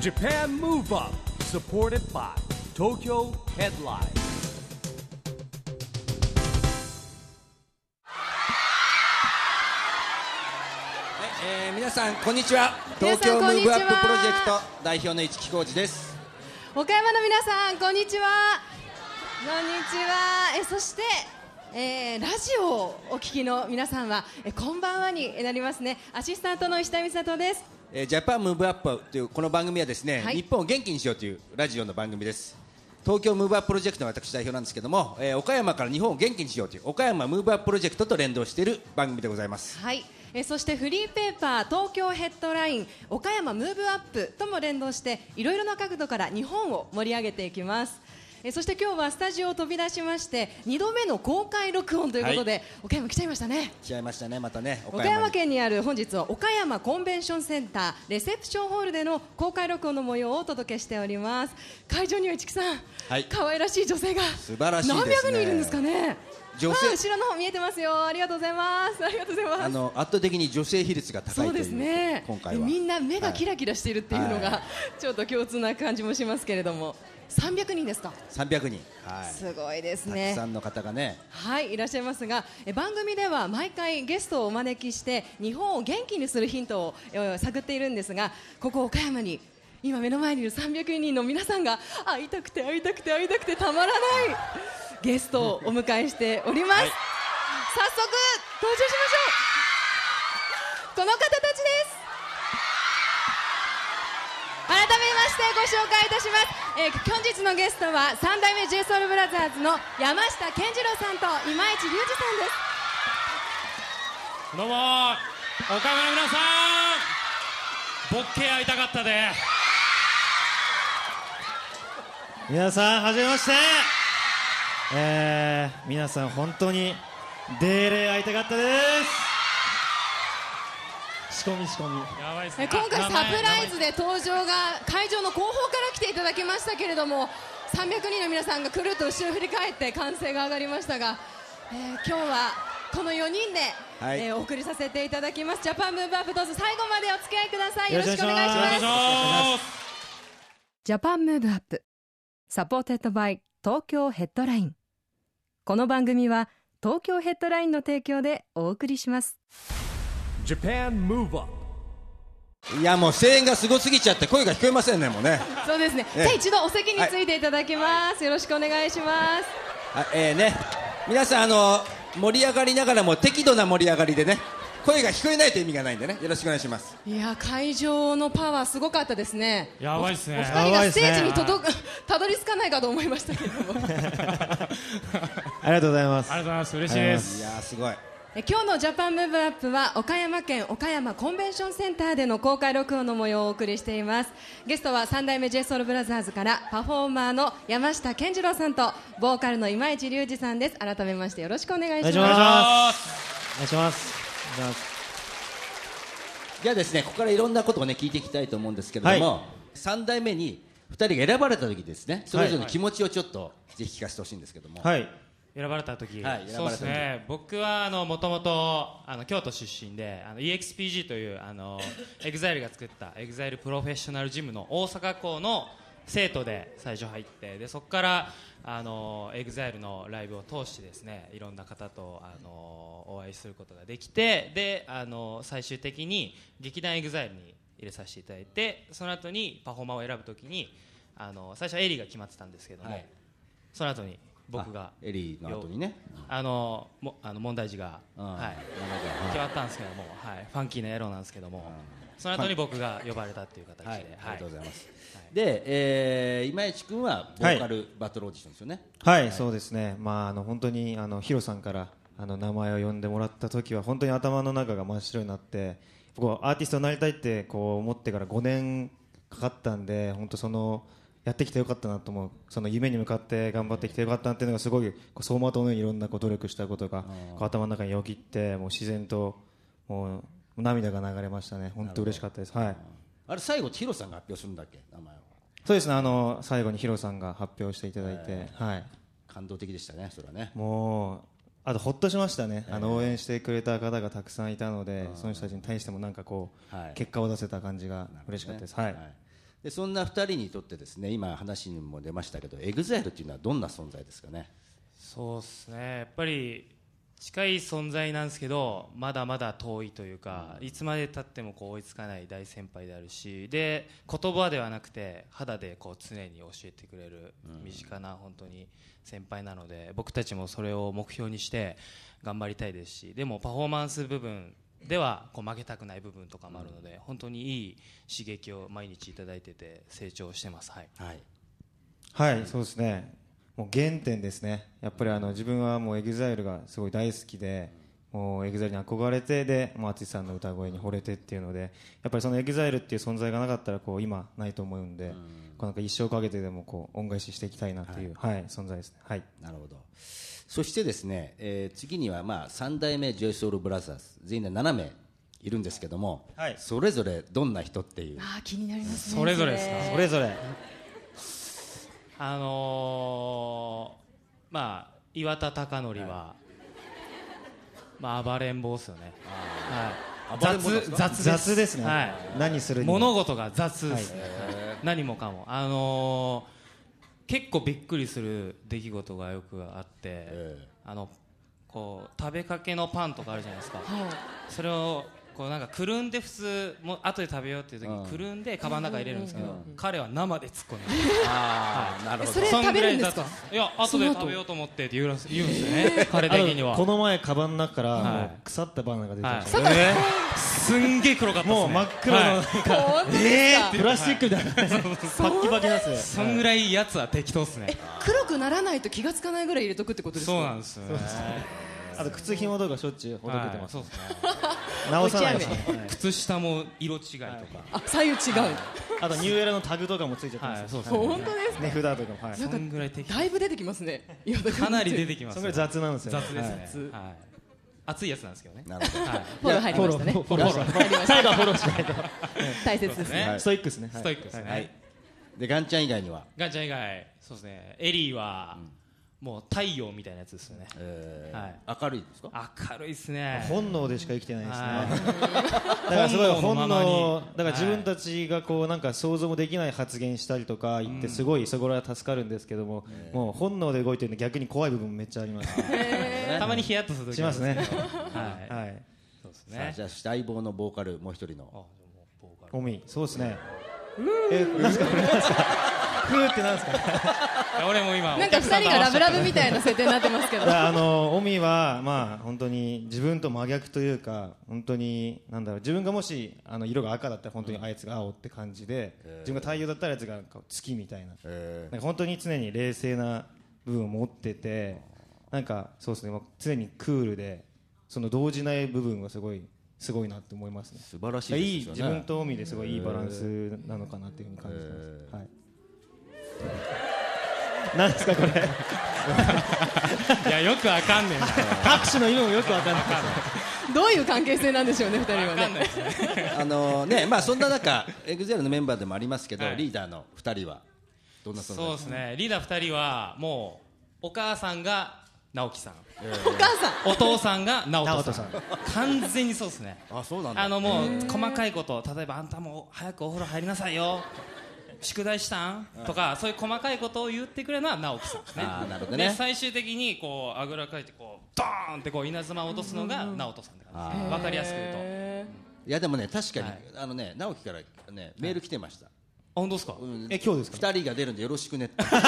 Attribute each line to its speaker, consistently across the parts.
Speaker 1: Japan Move Up supported by Tokyo Headline
Speaker 2: えー、皆さんこんにちは
Speaker 3: 皆
Speaker 2: 東
Speaker 3: さ
Speaker 2: 京
Speaker 3: ん
Speaker 2: ム
Speaker 3: こんに
Speaker 2: ー
Speaker 3: ち
Speaker 2: ブ
Speaker 3: は
Speaker 2: アッププロジェクト代表の市木浩司です
Speaker 3: 岡山の皆さんこんにちはこんにちはえそして、えーラジオをお聞きの皆さんはえこんばんはになりますねアシスタントの石田美里です
Speaker 2: えージャパンムーブアップというこの番組はですね、
Speaker 3: はい
Speaker 2: 日本を元気にしようというラジオの番組です東京ムーブアッププロジェクトの私代表なんですけども、えー岡山から日本を元気にしようという岡山ムーブアッププロジェクトと連動している番組でございます
Speaker 3: はいえそしてフリーペーパー東京ヘッドライン岡山ムーブアップとも連動していろいろな角度から日本を盛り上げていきますえそして今日はスタジオを飛び出しまして2度目の公開録音ということで、岡山来ちゃいましたね
Speaker 2: 違いましたねまたね
Speaker 3: 岡山
Speaker 2: に
Speaker 3: 県にある本日は岡山コンベンションセンターレセプションホールでの公開録音の模様をお届けしております会場には市木さん、
Speaker 2: はい
Speaker 3: 可愛らしい女性が
Speaker 2: 素晴らしいですね
Speaker 3: 何百人いるんですかね
Speaker 2: 女性
Speaker 3: あ後ろの方見えてますよありがとうございますありがとうございます
Speaker 2: あの圧倒的に女性比率が高い
Speaker 3: そ
Speaker 2: と
Speaker 3: う
Speaker 2: い
Speaker 3: で
Speaker 2: う
Speaker 3: すね
Speaker 2: 今回は
Speaker 3: みんな目がキ
Speaker 2: はい
Speaker 3: ラキラしているっていうのが、
Speaker 2: は
Speaker 3: ちょっと共通な感じもしますけれども300人ですか、
Speaker 2: 300人、はい
Speaker 3: すごいです
Speaker 2: た
Speaker 3: ね
Speaker 2: くさんの方がね
Speaker 3: はいいらっしゃいますがえ番組では毎回ゲストをお招きして日本を元気にするヒントをえ探っているんですがここ岡山に今目の前にいる300人の皆さんが会いたくて会いたくて会いたくてたまらないゲストをお迎えしております、早速登場しましょうこの方たちです改めましてご紹介いたします、えー、本日のゲストは三代目 j s o u l b r o t h e r s の山下健二郎さんと今市隆二さんです
Speaker 4: どうも岡山の皆さんボッケ会いたかったで皆さんはじめましてえー、皆さん本当にデーレー会いたかったです仕込み仕込みやばいっす
Speaker 3: えー今回サプライズで登場が会場の後方から来ていただきましたけれども300人の皆さんがくるっと後ろ振り返って歓声が上がりましたが、えー、今日はこの4人で、
Speaker 2: はい
Speaker 3: えーお送りさせていただきますジャパンムーブアップどうぞ最後までお付き合いくださいよ
Speaker 4: よ
Speaker 3: ろ
Speaker 4: ろ
Speaker 3: し
Speaker 4: し
Speaker 3: く
Speaker 4: く
Speaker 3: お
Speaker 4: お
Speaker 3: 願
Speaker 4: 願
Speaker 3: い
Speaker 4: い
Speaker 3: し
Speaker 4: し
Speaker 3: ま
Speaker 4: ますす
Speaker 3: ジャパンムーブアップサポーテッドバイ東京ヘッドラインこの番組は東京ヘッドラインの提供でお送りします
Speaker 1: Japan Move Up
Speaker 2: いやもう声援がすごすぎちゃって声が聞こえませんねもうね
Speaker 3: そうですね、
Speaker 2: ええ
Speaker 3: じゃあ一度お席についていただきます、よろしくお願いします
Speaker 2: あえーね、皆さんあの盛り上がりながらも適度な盛り上がりでね声が聞こえないと意味がないんでねよろしくお願いします
Speaker 3: いや会場のパワーすごかったですね
Speaker 4: やばいっすね
Speaker 3: お二人がステージに届くたどり着かないかと思いましたけれども
Speaker 5: ありがとうございま す
Speaker 4: あ。りがとうございます嬉しいです
Speaker 2: いやーすごい
Speaker 3: え今日のジャパンムーブアップは岡山県岡山コンベンションセンターでの公開録音の模様をお送りしていますゲストは三代目 j s o u l b r o t h e r s からパフォーマーの山下健二郎さんとボーカルの今市隆二さんです改めましてよろしくお願いします
Speaker 5: お願いしますお願いします。お願いします
Speaker 2: じゃあですねここからいろんなことをね聞いていきたいと思うんですけれども、
Speaker 5: は
Speaker 2: 3代目に2人が選ばれた時ですねそれぞれの気持ちをちょっとぜひ聞かせてほしいんですけども、
Speaker 5: はい。
Speaker 6: 選ばれた時、
Speaker 2: はい選
Speaker 6: そう
Speaker 2: ばれた時
Speaker 6: ですね僕はあのもともとあの京都出身であの EXPG という あの EXILE が作った EXILE プロフェッショナルジムの大阪校の生徒で最初入ってでそこからあの EXILE のライブを通してですねいろんな方とあのお会いすることができてであの最終的に劇団 EXILE に入れさせていただいてその後にパフォーマーを選ぶときにあの最初はエリーが決まってたんですけども、
Speaker 2: はい
Speaker 6: その後に僕が
Speaker 2: あエリーの後にね
Speaker 6: あのもあの問題児が、
Speaker 2: うん
Speaker 6: はい、
Speaker 2: なるほど
Speaker 6: 決まったんですけども、はい、ファンキーな野郎なんですけども、その後に僕が呼ばれたっていう形で、
Speaker 2: は
Speaker 6: はいい、
Speaker 2: ありがとうございます、で、えー、今市君はボーカルバトルオーディションですよね、
Speaker 5: はい、そうですね。まあ、あの、本当に、あの、ヒロさんから、あの、名前を呼んでもらった時は、本当に頭の中が真っ白になって、僕はアーティストになりたいって、こう、思ってから5年かかったんで、本当その、やってきてよかったなと思う。その夢に向かって頑張ってきてよかったなっていうのがすごい、こう走馬灯のようにいろんなこう努力したことが、こう頭の中によぎって、もう自然と、もう、涙が流れましたね。本当嬉しかったです。はい。
Speaker 2: あれ最後ヒロさんが発表するんだっけ名前は
Speaker 5: そうですね、あの最後にヒロさんが発表していただいて、はい、
Speaker 2: 感動的でしたねそれはね
Speaker 5: もう、あとほっとしましたね、あの応援してくれた方がたくさんいたので、その人たちに対しても、なんかこう、
Speaker 2: はい
Speaker 5: 結果を出せた感じが嬉しかったです、はい、
Speaker 2: でそんな2人にとってですね今話にも出ましたけど EXILE っていうのはどんな存在ですかね
Speaker 6: そうですねやっぱり近い存在なんですけどまだまだ遠いというか、いつまでたってもこう追いつかない大先輩であるしで言葉ではなくて肌でこう常に教えてくれる身近な本当に先輩なので僕たちもそれを目標にして頑張りたいですしでもパフォーマンス部分ではこう負けたくない部分とかもあるので、本当にいい刺激を毎日いただいてて成長してます。はい
Speaker 2: はい
Speaker 5: はい、そうですね。もう原点ですね。やっぱりあの自分はもう EXILE がすごい大好きで、もう EXILE に憧れてで、もう淳さんの歌声に惚れてっていうので、やっぱりその EXILE っていう存在がなかったらこう今ないと思うんで、こうなんか一生かけてでもこう恩返ししていきたいなっていう、はい、存在ですね。はい。
Speaker 2: なるほどそしてですね、えー次にはまあ3代目 j s o u l b r o t h e r 全員で7名いるんですけども、
Speaker 5: はい
Speaker 2: それぞれどんな人っていう
Speaker 3: あー気になりますね。
Speaker 6: それぞれですか
Speaker 5: それぞれ。
Speaker 6: あのー、まあ岩田貴則は、まあ暴れん坊っすよね、はい、
Speaker 2: 暴れん坊なんです
Speaker 6: 雑
Speaker 2: か
Speaker 6: 雑
Speaker 5: 雑ですね。
Speaker 6: はい、
Speaker 5: 何するにも
Speaker 6: 物事が雑ですね、何もかもあのー、結構びっくりする出来事がよくあって、
Speaker 2: え
Speaker 6: あのこう食べかけのパンとかあるじゃないですか、
Speaker 3: はい
Speaker 6: それをこうなんかくるんで普通もう後で食べようっていう時にくるんでカバンの中に入れるんですけど彼は生で突っ込んでああな
Speaker 3: ほ
Speaker 6: る
Speaker 3: どそれ食べるんですか
Speaker 6: いや後で食べようと思ってって言うんです言うんですよね彼
Speaker 5: あ
Speaker 6: 的
Speaker 5: の
Speaker 6: には
Speaker 5: この前カバンの中から
Speaker 6: はい
Speaker 5: もう腐ったバナナが出て
Speaker 6: は
Speaker 5: ま
Speaker 6: い
Speaker 5: した。
Speaker 6: えーすんげえ黒かったです
Speaker 5: もう
Speaker 6: ね
Speaker 5: 真っ黒のなん
Speaker 6: はい
Speaker 5: か、
Speaker 3: 本当ですか。
Speaker 5: プラスチックみたいなパッキパキなんですよ。
Speaker 6: そんぐらいやつは適当っすね
Speaker 3: え黒くならないと気がつかないぐらい入れとくってことですか。
Speaker 6: そうなんですよね
Speaker 5: あと靴紐とかしょっちゅうほどけてます、
Speaker 6: はいそうっすね
Speaker 5: 直さないです
Speaker 3: 持ち
Speaker 5: ね
Speaker 6: 靴下も色違いとか
Speaker 3: あ左右違う。
Speaker 5: あとニューエラのタグとかもついちゃってます、
Speaker 6: はいそうっすね
Speaker 3: 本当ですか。
Speaker 5: 値札とかも、はい、そ
Speaker 3: なんん
Speaker 6: そんぐらい適
Speaker 3: だいぶ出てきますね。いやだから
Speaker 6: かなり出てきます
Speaker 5: ぐら
Speaker 6: よ
Speaker 5: い雑なんですよ、ね、
Speaker 6: 雑ですね、はい熱いやつなんですけどね
Speaker 2: なるほど
Speaker 6: はい
Speaker 3: フォロー入りましたね。
Speaker 5: フォローフォロー
Speaker 3: 入りました
Speaker 5: 最後はフォローしないと
Speaker 3: 大切ですね。
Speaker 2: は
Speaker 5: はいいストイックですね、はい
Speaker 6: ストイックですね、
Speaker 2: はい でガンちゃん以外には、
Speaker 6: ガンちゃん以外そうですねエリーは、もう太陽みたいなやつですよね
Speaker 2: えー
Speaker 6: は
Speaker 2: 明るいですか
Speaker 6: 明るいですね
Speaker 5: 本能でしか生きてないですね、
Speaker 6: は
Speaker 5: だからすごい
Speaker 6: 本
Speaker 5: 本
Speaker 6: 能のま
Speaker 5: 能
Speaker 6: まに
Speaker 5: だから自分たちがこうなんか想像もできない発言したりとか言ってすごいそこらは助かるんですけども、もう本能で動いてるんで逆に怖い部分めっちゃあります、
Speaker 6: いたまにヒヤッとする時
Speaker 5: しますね
Speaker 6: あるんですけどはい、
Speaker 5: はい
Speaker 6: そうです
Speaker 2: さあ
Speaker 6: ね
Speaker 2: じゃあそして相棒のボーカルもう一人の
Speaker 6: あでもボーカル
Speaker 5: ゴミそうですねえなんすかこれなんすかふーってなんすか
Speaker 6: いや俺も今
Speaker 3: なんか二人がラブラブみたいな設定になってますけど
Speaker 5: い。やあのオミはまあ本当に自分と真逆というか本当になんだろう自分がもしあの色が赤だったら本当にあいつが青って感じで、自分が太陽だったらあいつがなんか月みたいな,、
Speaker 2: え
Speaker 5: なんか本当に常に冷静な部分を持っててなんかそうですねまあ常にクールでその動じない部分がすごいすごいなって思いますね
Speaker 2: ー。素晴らしい
Speaker 5: い
Speaker 2: ですよね
Speaker 5: い自分とオミですごいいいバランスなのかなっていうふうに感じてます、はいなんですか これ
Speaker 6: いやよくわかんねえな
Speaker 5: 拍手の色もよくわかんない
Speaker 3: どういう関係性なんでしょうね、二人は
Speaker 6: わかんない
Speaker 3: ね。
Speaker 6: ですね
Speaker 2: あのねまあそんな中 EXILE のメンバーでもありますけど、
Speaker 6: はい
Speaker 2: リーダーの2人はどんな存在
Speaker 6: そうですねリーダー二人はもうお母さんが直樹さん
Speaker 3: お母さん。
Speaker 6: お父さんが直人さん
Speaker 5: 直人
Speaker 6: 完全にそうですね
Speaker 2: あそうなんだ
Speaker 6: あのもう細かいこと例えばあんたも早くお風呂入りなさいよ宿題したんとかそういう細かいことを言ってくれるのは直樹さんですね
Speaker 2: あーなるほどね
Speaker 6: で最終的にこうあぐらかいてこうドーンってこう稲妻を落とすのが直人さんって感じですねわかりやすく言うと
Speaker 3: へ
Speaker 2: いやでもね確かに、
Speaker 6: はい
Speaker 2: あのね直樹からねメール来てました、
Speaker 6: 本当ですか
Speaker 5: え今日ですか
Speaker 2: 二人が出るんでよろしくねって
Speaker 6: やっぱお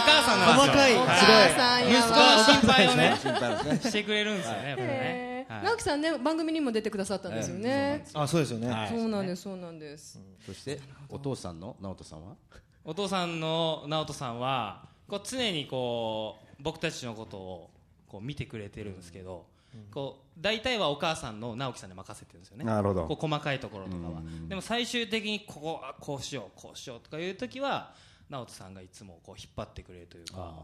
Speaker 6: 母さんなんですよ
Speaker 3: ー
Speaker 5: い
Speaker 3: お母さん
Speaker 6: 息
Speaker 3: や
Speaker 6: 子
Speaker 3: わ。
Speaker 6: の 心配をね
Speaker 2: 心配ですね
Speaker 6: してくれるんですよねやっぱ
Speaker 3: へ
Speaker 6: ね
Speaker 3: ー
Speaker 6: はい
Speaker 3: 直樹さんね、番組にも出てくださったんですよね。
Speaker 5: あそうですよね、
Speaker 3: そうなんです、そうなんです。
Speaker 2: そしてお父さんの直人さんは
Speaker 6: お父さんの直人さんはこう常にこう僕たちのことをこう見てくれてるんですけど、こう大体はお母さんの直樹さんに任せてるんですよね
Speaker 2: なるほど
Speaker 6: こう細かいところとかはでも最終的にここあこうしようこうしようとかいう時は直人さんがいつもこう引っ張ってくれるというか、は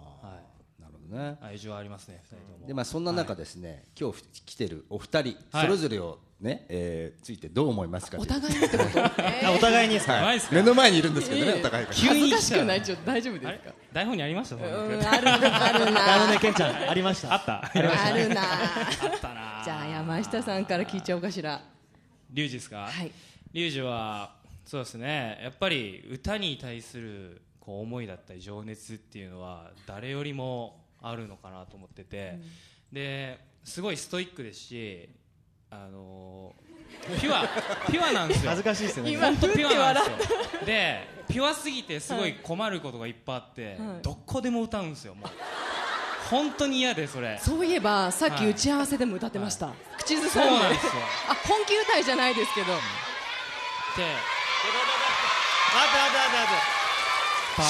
Speaker 2: なるほどね
Speaker 6: い、愛情ありますね二人とも
Speaker 2: でまあそんな中ですね、今日来てるお二人、
Speaker 6: はい
Speaker 2: それぞれをね、えーついてどう思いますか
Speaker 3: お
Speaker 2: という
Speaker 3: 互いにってこと。えー
Speaker 5: あお互いにですか、
Speaker 2: はい
Speaker 6: ないっすか
Speaker 2: 目の前にいるんですけどねお互いが
Speaker 6: 急
Speaker 3: 恥ず
Speaker 6: に来た
Speaker 3: かしくない、ちょっと大丈夫で
Speaker 6: あ
Speaker 3: す
Speaker 6: れ
Speaker 3: か。
Speaker 6: 台本にありましたそんな
Speaker 3: う
Speaker 6: の
Speaker 3: ん、あるな、あるな。
Speaker 5: あのねケンちゃんありましたあった
Speaker 3: あるな。
Speaker 6: あったな
Speaker 3: じゃあ山下さんから聞いちゃおうかしら。
Speaker 6: リュウジですか、
Speaker 3: はい
Speaker 6: リュウジはそうですねやっぱり歌に対するこう思いだったり情熱っていうのは誰よりもあるのかなと思ってて、ですごいストイックですしあのーピュアピュアなんですよ
Speaker 5: 恥ずかしいですよね
Speaker 3: 今
Speaker 6: 本当ピュアなんですよでピュアすぎてすごい困ることがいっぱいあっ
Speaker 3: は
Speaker 6: て、
Speaker 3: い
Speaker 6: どこでも歌うんですよもう本当に嫌でそれ
Speaker 3: そういえばさっ
Speaker 6: は
Speaker 3: き
Speaker 6: い
Speaker 3: 打ち合わせでも歌ってました、口ず
Speaker 6: そ
Speaker 3: さ
Speaker 6: うん
Speaker 3: で
Speaker 6: なんですよ
Speaker 3: あ本気歌いじゃないですけど、
Speaker 6: で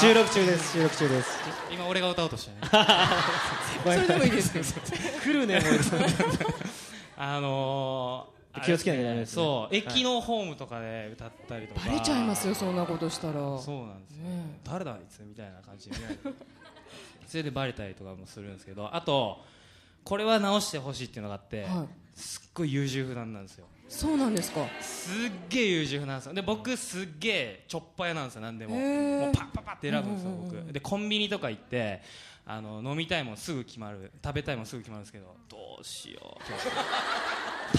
Speaker 5: 収録中です収録中です
Speaker 6: 今俺が歌おうとしたね
Speaker 3: それでもいいですよ
Speaker 5: 来るねもう
Speaker 6: あのー、
Speaker 5: 気をつけなきゃダメですね
Speaker 6: そう、駅のホームとかで歌ったりとか
Speaker 3: バレちゃいますよそんなことしたら
Speaker 6: そうなんですよ、
Speaker 3: ね
Speaker 6: 誰だあいつみたいな感じで見られて それでバレたりとかもするんですけどあとこれは直してほしいっていうのがあって、
Speaker 3: はい
Speaker 6: すっごい優柔不断なんですよ
Speaker 3: そうなんですか
Speaker 6: すっげえ優柔不断なんですよで僕すっげえちょっぱいなんですよ何でも
Speaker 3: へー
Speaker 6: もうパッパッパッって選ぶんですよ
Speaker 3: うんうんうん
Speaker 6: 僕でコンビニとか行ってあの飲みたいもんすぐ決まる食べたいもんすぐ決まるんですけどどうしよ う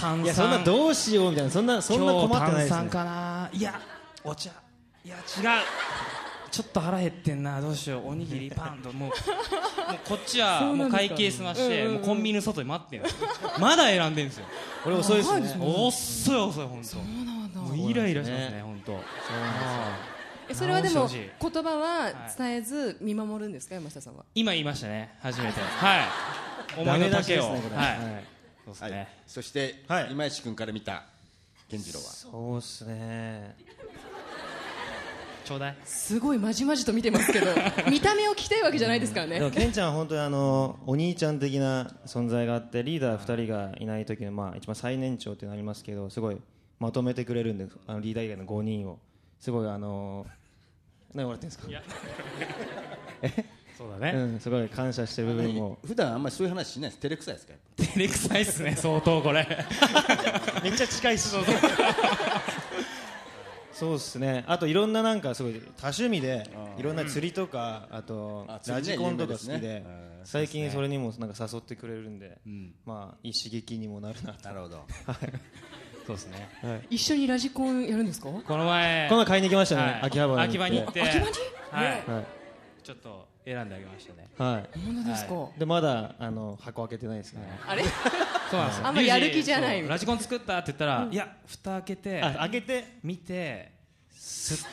Speaker 6: 炭酸
Speaker 5: いやそんなどうしようみたいなそんなそんな困ってないです
Speaker 6: 今日炭酸
Speaker 5: ね
Speaker 6: かないやお茶いや違うちょっと腹減ってんなどうしようおにぎりパンともうもうこっちは
Speaker 3: そう
Speaker 6: も
Speaker 3: な
Speaker 6: うん
Speaker 3: ですか
Speaker 6: 会計済まして、
Speaker 3: うんうんうん
Speaker 6: もうコンビニの外で待ってるんですよまだ選んでるんですよ
Speaker 5: 俺遅いです
Speaker 3: 長い
Speaker 5: ね
Speaker 3: ですもんね
Speaker 6: 遅い遅い本当
Speaker 3: そうなんだ
Speaker 6: もうイライラしますね本当
Speaker 5: そうなんですよ
Speaker 3: えそれはでも
Speaker 6: 直して
Speaker 3: 言葉は伝えず見守るんですか山下さんは
Speaker 6: 今言いましたね初めてはい思
Speaker 5: ダ
Speaker 6: い
Speaker 5: メ
Speaker 6: の
Speaker 5: 出し
Speaker 6: 丈
Speaker 5: で
Speaker 6: を
Speaker 5: すねこれ
Speaker 6: はい、
Speaker 5: はい
Speaker 6: そうです
Speaker 2: は
Speaker 6: ね、
Speaker 2: い、そして、
Speaker 5: はい
Speaker 2: 今石君から見た健次郎は
Speaker 5: そうですね
Speaker 6: ちょうだい
Speaker 3: すごいまじまじと見てますけど見た目を聞きたいわけじゃないですからね
Speaker 5: でもケンちゃんは本当にあのお兄ちゃん的な存在があってリーダー2人がいない時のまあ一番最年長ってなりますけどすごいまとめてくれるんであのリーダー以外の5人をすごいあの何笑ってんですか
Speaker 6: そうだね、
Speaker 5: うんすごい感謝してる部分も
Speaker 2: 普段あんまりそういう話しないです照れくさいですかやっぱ
Speaker 6: 照れくさいっすね相当これ
Speaker 5: めっちゃ近いしそうですねあといろんななんかすごい多趣味でいろんな釣りとかあと
Speaker 2: あ釣
Speaker 5: ラ
Speaker 2: りね
Speaker 5: ジコンとか好き
Speaker 2: 有名です
Speaker 5: で
Speaker 2: ねうん
Speaker 5: 最近それにもなんか誘ってくれるんで
Speaker 6: ん
Speaker 5: まあいい刺激にもなるなと
Speaker 2: なるほど
Speaker 6: そうですね
Speaker 3: 一緒にラジコンやるんですか
Speaker 6: この前
Speaker 5: この前買いに行きましたね、
Speaker 6: はい
Speaker 5: 秋葉原に行って
Speaker 6: 秋葉に行って
Speaker 3: 秋葉に
Speaker 6: はい
Speaker 3: ね
Speaker 5: は
Speaker 6: ちょっと選んであげましたね
Speaker 5: い、はい
Speaker 3: 本当ですか、
Speaker 5: でまだあの箱開けてないですけど、ね
Speaker 3: あれ
Speaker 6: そうなんですよ
Speaker 3: あんまやる気じゃない
Speaker 6: リュウジそうラジコン作ったって言ったらいや蓋開けて
Speaker 5: あ開けて
Speaker 6: 見てスッ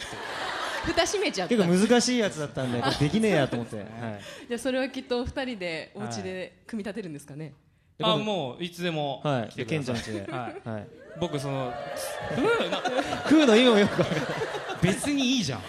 Speaker 3: 蓋閉めちゃった
Speaker 5: 結構難しいやつだった んでこれできねえやと思って、はい、
Speaker 3: じゃあそれはきっと二人でお家で組み立てるんですかね、
Speaker 6: とあもういつでも
Speaker 5: はい
Speaker 6: 来てください
Speaker 5: でケンちゃん家で
Speaker 6: はい
Speaker 5: はい、
Speaker 6: 僕そのうんな
Speaker 5: 食うの意味もよくわかんない
Speaker 6: 別にいいじゃん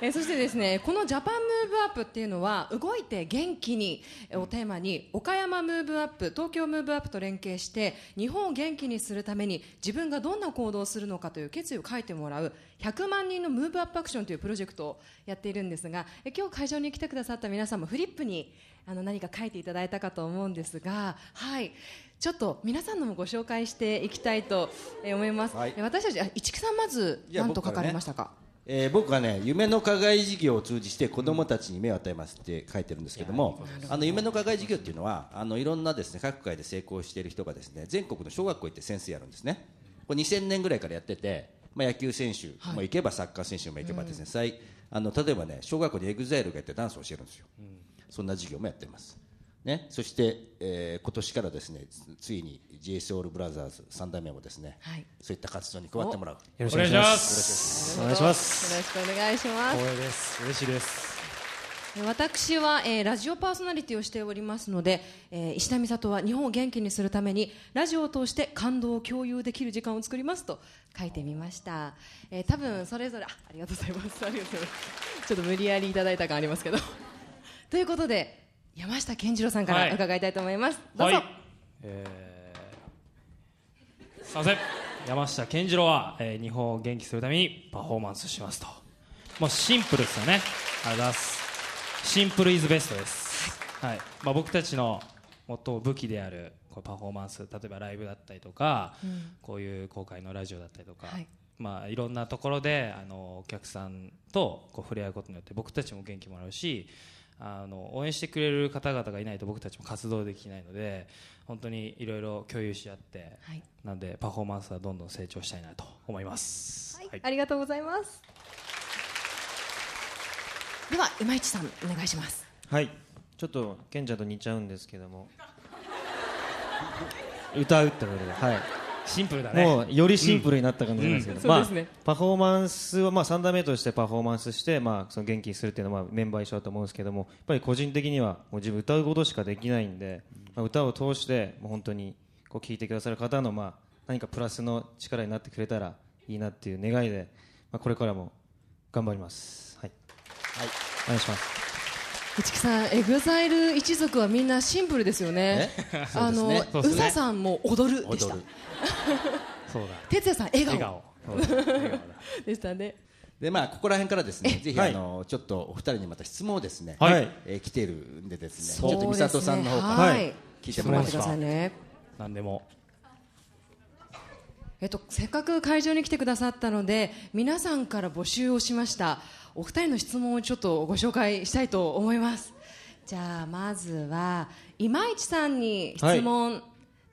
Speaker 3: えーそしてですねこの「ジャパンムーブアップ」っていうのは「動いて元気に」えーをテーマに岡山ムーブアップ東京ムーブアップと連携して日本を元気にするために自分がどんな行動をするのかという決意を書いてもらう100万人のムーブアップアクションというプロジェクトをやっているんですがえー今日会場に来てくださった皆さんもフリップにあの何か書いていただいたかと思うんですが、はい、ちょっと皆さんのもご紹介していきたいとえー思います、
Speaker 2: はい
Speaker 3: えー私たちあ市木さんまず
Speaker 2: いや
Speaker 3: 何と書
Speaker 2: 僕か
Speaker 3: から
Speaker 2: ね
Speaker 3: れましたか
Speaker 2: えー僕はね夢の課外事業を通じて子どもたちに目を与えますって書いてるんですけども、あの夢の課外事業っていうのはあのいろんなですね各界で成功している人がですね全国の小学校行って先生やるんですねこれ2000年ぐらいからやってて、まあ、野球選手も行けばサッカー選手も行けばですね、最あの例えばね小学校でエグザイルがやってダンスを教えるんですよ、そんな授業もやってますね、そして、えー今年からですねつついに JS オールブラザーズ3代目もですね、
Speaker 3: はい
Speaker 2: そういった活動に加わってもらう
Speaker 5: よろ
Speaker 6: お願いします
Speaker 5: お願いします
Speaker 3: よろしくお願いします
Speaker 5: 光栄です嬉しいです
Speaker 3: えー私は、えーラジオパーソナリティをしておりますので、えー石田美里は日本を元気にするためにラジオを通して感動を共有できる時間を作りますと書いてみました、えー多分それぞれあありがとうございますありがとうございますちょっと無理やりいただいた感ありますけど ということで山下健次郎さんか
Speaker 6: はい
Speaker 3: ら伺いたいと思います、どうぞ、
Speaker 6: はいえーすいません山下健次郎は、えー日本を元気するためにパフォーマンスしますともうシンプルですよねありがとうございますシンプルイズベストです、はいまあ、僕たちの最も武器であるこうパフォーマンス例えばライブだったりとか、こういう公開のラジオだったりとか、
Speaker 3: はい
Speaker 6: いまあ、いろんなところであのお客さんとこう触れ合うことによって僕たちも元気もらうしあの応援してくれる方々がいないと僕たちも活動できないので本当にいろいろ共有し合って、
Speaker 3: はい
Speaker 6: なのでパフォーマンスはどんどん成長したいなと思います。
Speaker 3: はい
Speaker 6: はい
Speaker 3: ありがとうございます。では、今市さん、お願いします。
Speaker 5: はいちょっとケンちゃんと似ちゃうんですけど も歌うってことではい
Speaker 6: シンプルだね
Speaker 5: もうよりシンプルになった感じなんですけど、
Speaker 3: うんうん
Speaker 5: まあ
Speaker 3: そうですね
Speaker 5: パフォーマンスは、まあ、3段目としてパフォーマンスして、まあ、その元気にするっていうのは、まあ、メンバー一緒だと思うんですけどもやっぱり個人的にはもう自分歌うことしかできないんで、まあ、歌を通してもう本当にこう聴いてくださる方の、まあ、何かプラスの力になってくれたらいいなっていう願いで、まあ、これからも頑張ります。はい、はい、お願いします
Speaker 3: 市木さん、エグザイル一族はみんなシンプルですよね。 あの、
Speaker 6: そう
Speaker 3: う
Speaker 6: ですね
Speaker 3: ささんも踊るでし
Speaker 2: 踊
Speaker 3: た
Speaker 2: る。
Speaker 6: そうだ
Speaker 3: 哲也さん、笑
Speaker 6: 笑
Speaker 3: 顔
Speaker 6: 顔
Speaker 3: でしたね。
Speaker 2: でまあ、ここら辺からですね、ぜひ、
Speaker 5: はい
Speaker 2: あのちょっとお二人にまた質問をですね、
Speaker 5: はい
Speaker 2: えー来てるんでです
Speaker 3: そ
Speaker 2: ね、
Speaker 3: う
Speaker 2: ち
Speaker 3: で
Speaker 2: ょっ
Speaker 3: す
Speaker 2: と美里
Speaker 3: ね
Speaker 2: さんの方から、
Speaker 3: は
Speaker 5: はいい。
Speaker 2: 聞い
Speaker 3: ちょ
Speaker 2: て
Speaker 3: っと
Speaker 2: もらいまし
Speaker 3: 待ってく
Speaker 2: ょう
Speaker 3: ださいね。
Speaker 6: 何でも
Speaker 3: えっと、せっかく会場に来てくださったので皆さんから募集をしましたお二人の質問をちょっとご紹介したいと思いますじゃあまずは今市さんに質問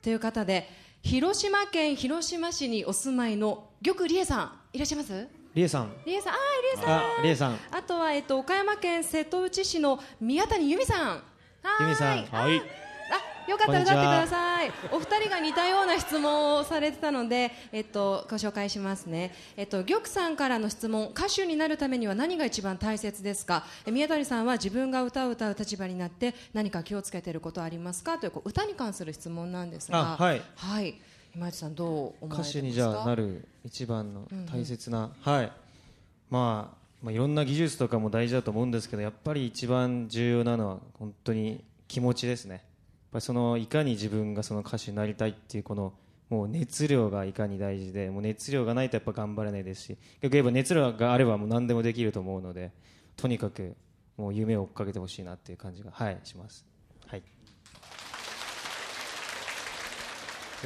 Speaker 3: という方で、広島県広島市にお住まいの玉理恵さんいらっしゃいます
Speaker 5: リエさん
Speaker 3: 理恵さんあー理恵さん
Speaker 5: あリエさん
Speaker 3: あとは、えっと、岡山県瀬戸内市の宮谷由美さん。はー
Speaker 5: 由美さん
Speaker 3: はい。あ、よかったら
Speaker 5: こんに
Speaker 3: 立っ
Speaker 5: ち
Speaker 3: てく
Speaker 5: は
Speaker 3: ださい。お二人が似たような質問をされてたので、えっと、ご紹介しますね。えっと、玉さんからの質問、歌手になるためには何が一番大切ですかえ宮谷さんは自分が歌を歌う立場になって、何か気をつけていることはありますかという、こう歌に関する質問なんですが、
Speaker 5: あはい
Speaker 3: はい。今市さん、どう思われてま
Speaker 5: 歌
Speaker 3: すか
Speaker 5: 手にじゃあなる一番の大切な、はいまあ、まあいろんな技術とかも大事だと思うんですけどやっぱり一番重要なのは本当に気持ちですねやっぱりそのいかに自分がその歌手になりたいっていうこのもう熱量がいかに大事でもう熱量がないとやっぱ頑張れないですし逆に言えば熱量があればもう何でもできると思うのでとにかくもう夢を追っかけてほしいなっていう感じが、はい、します。はい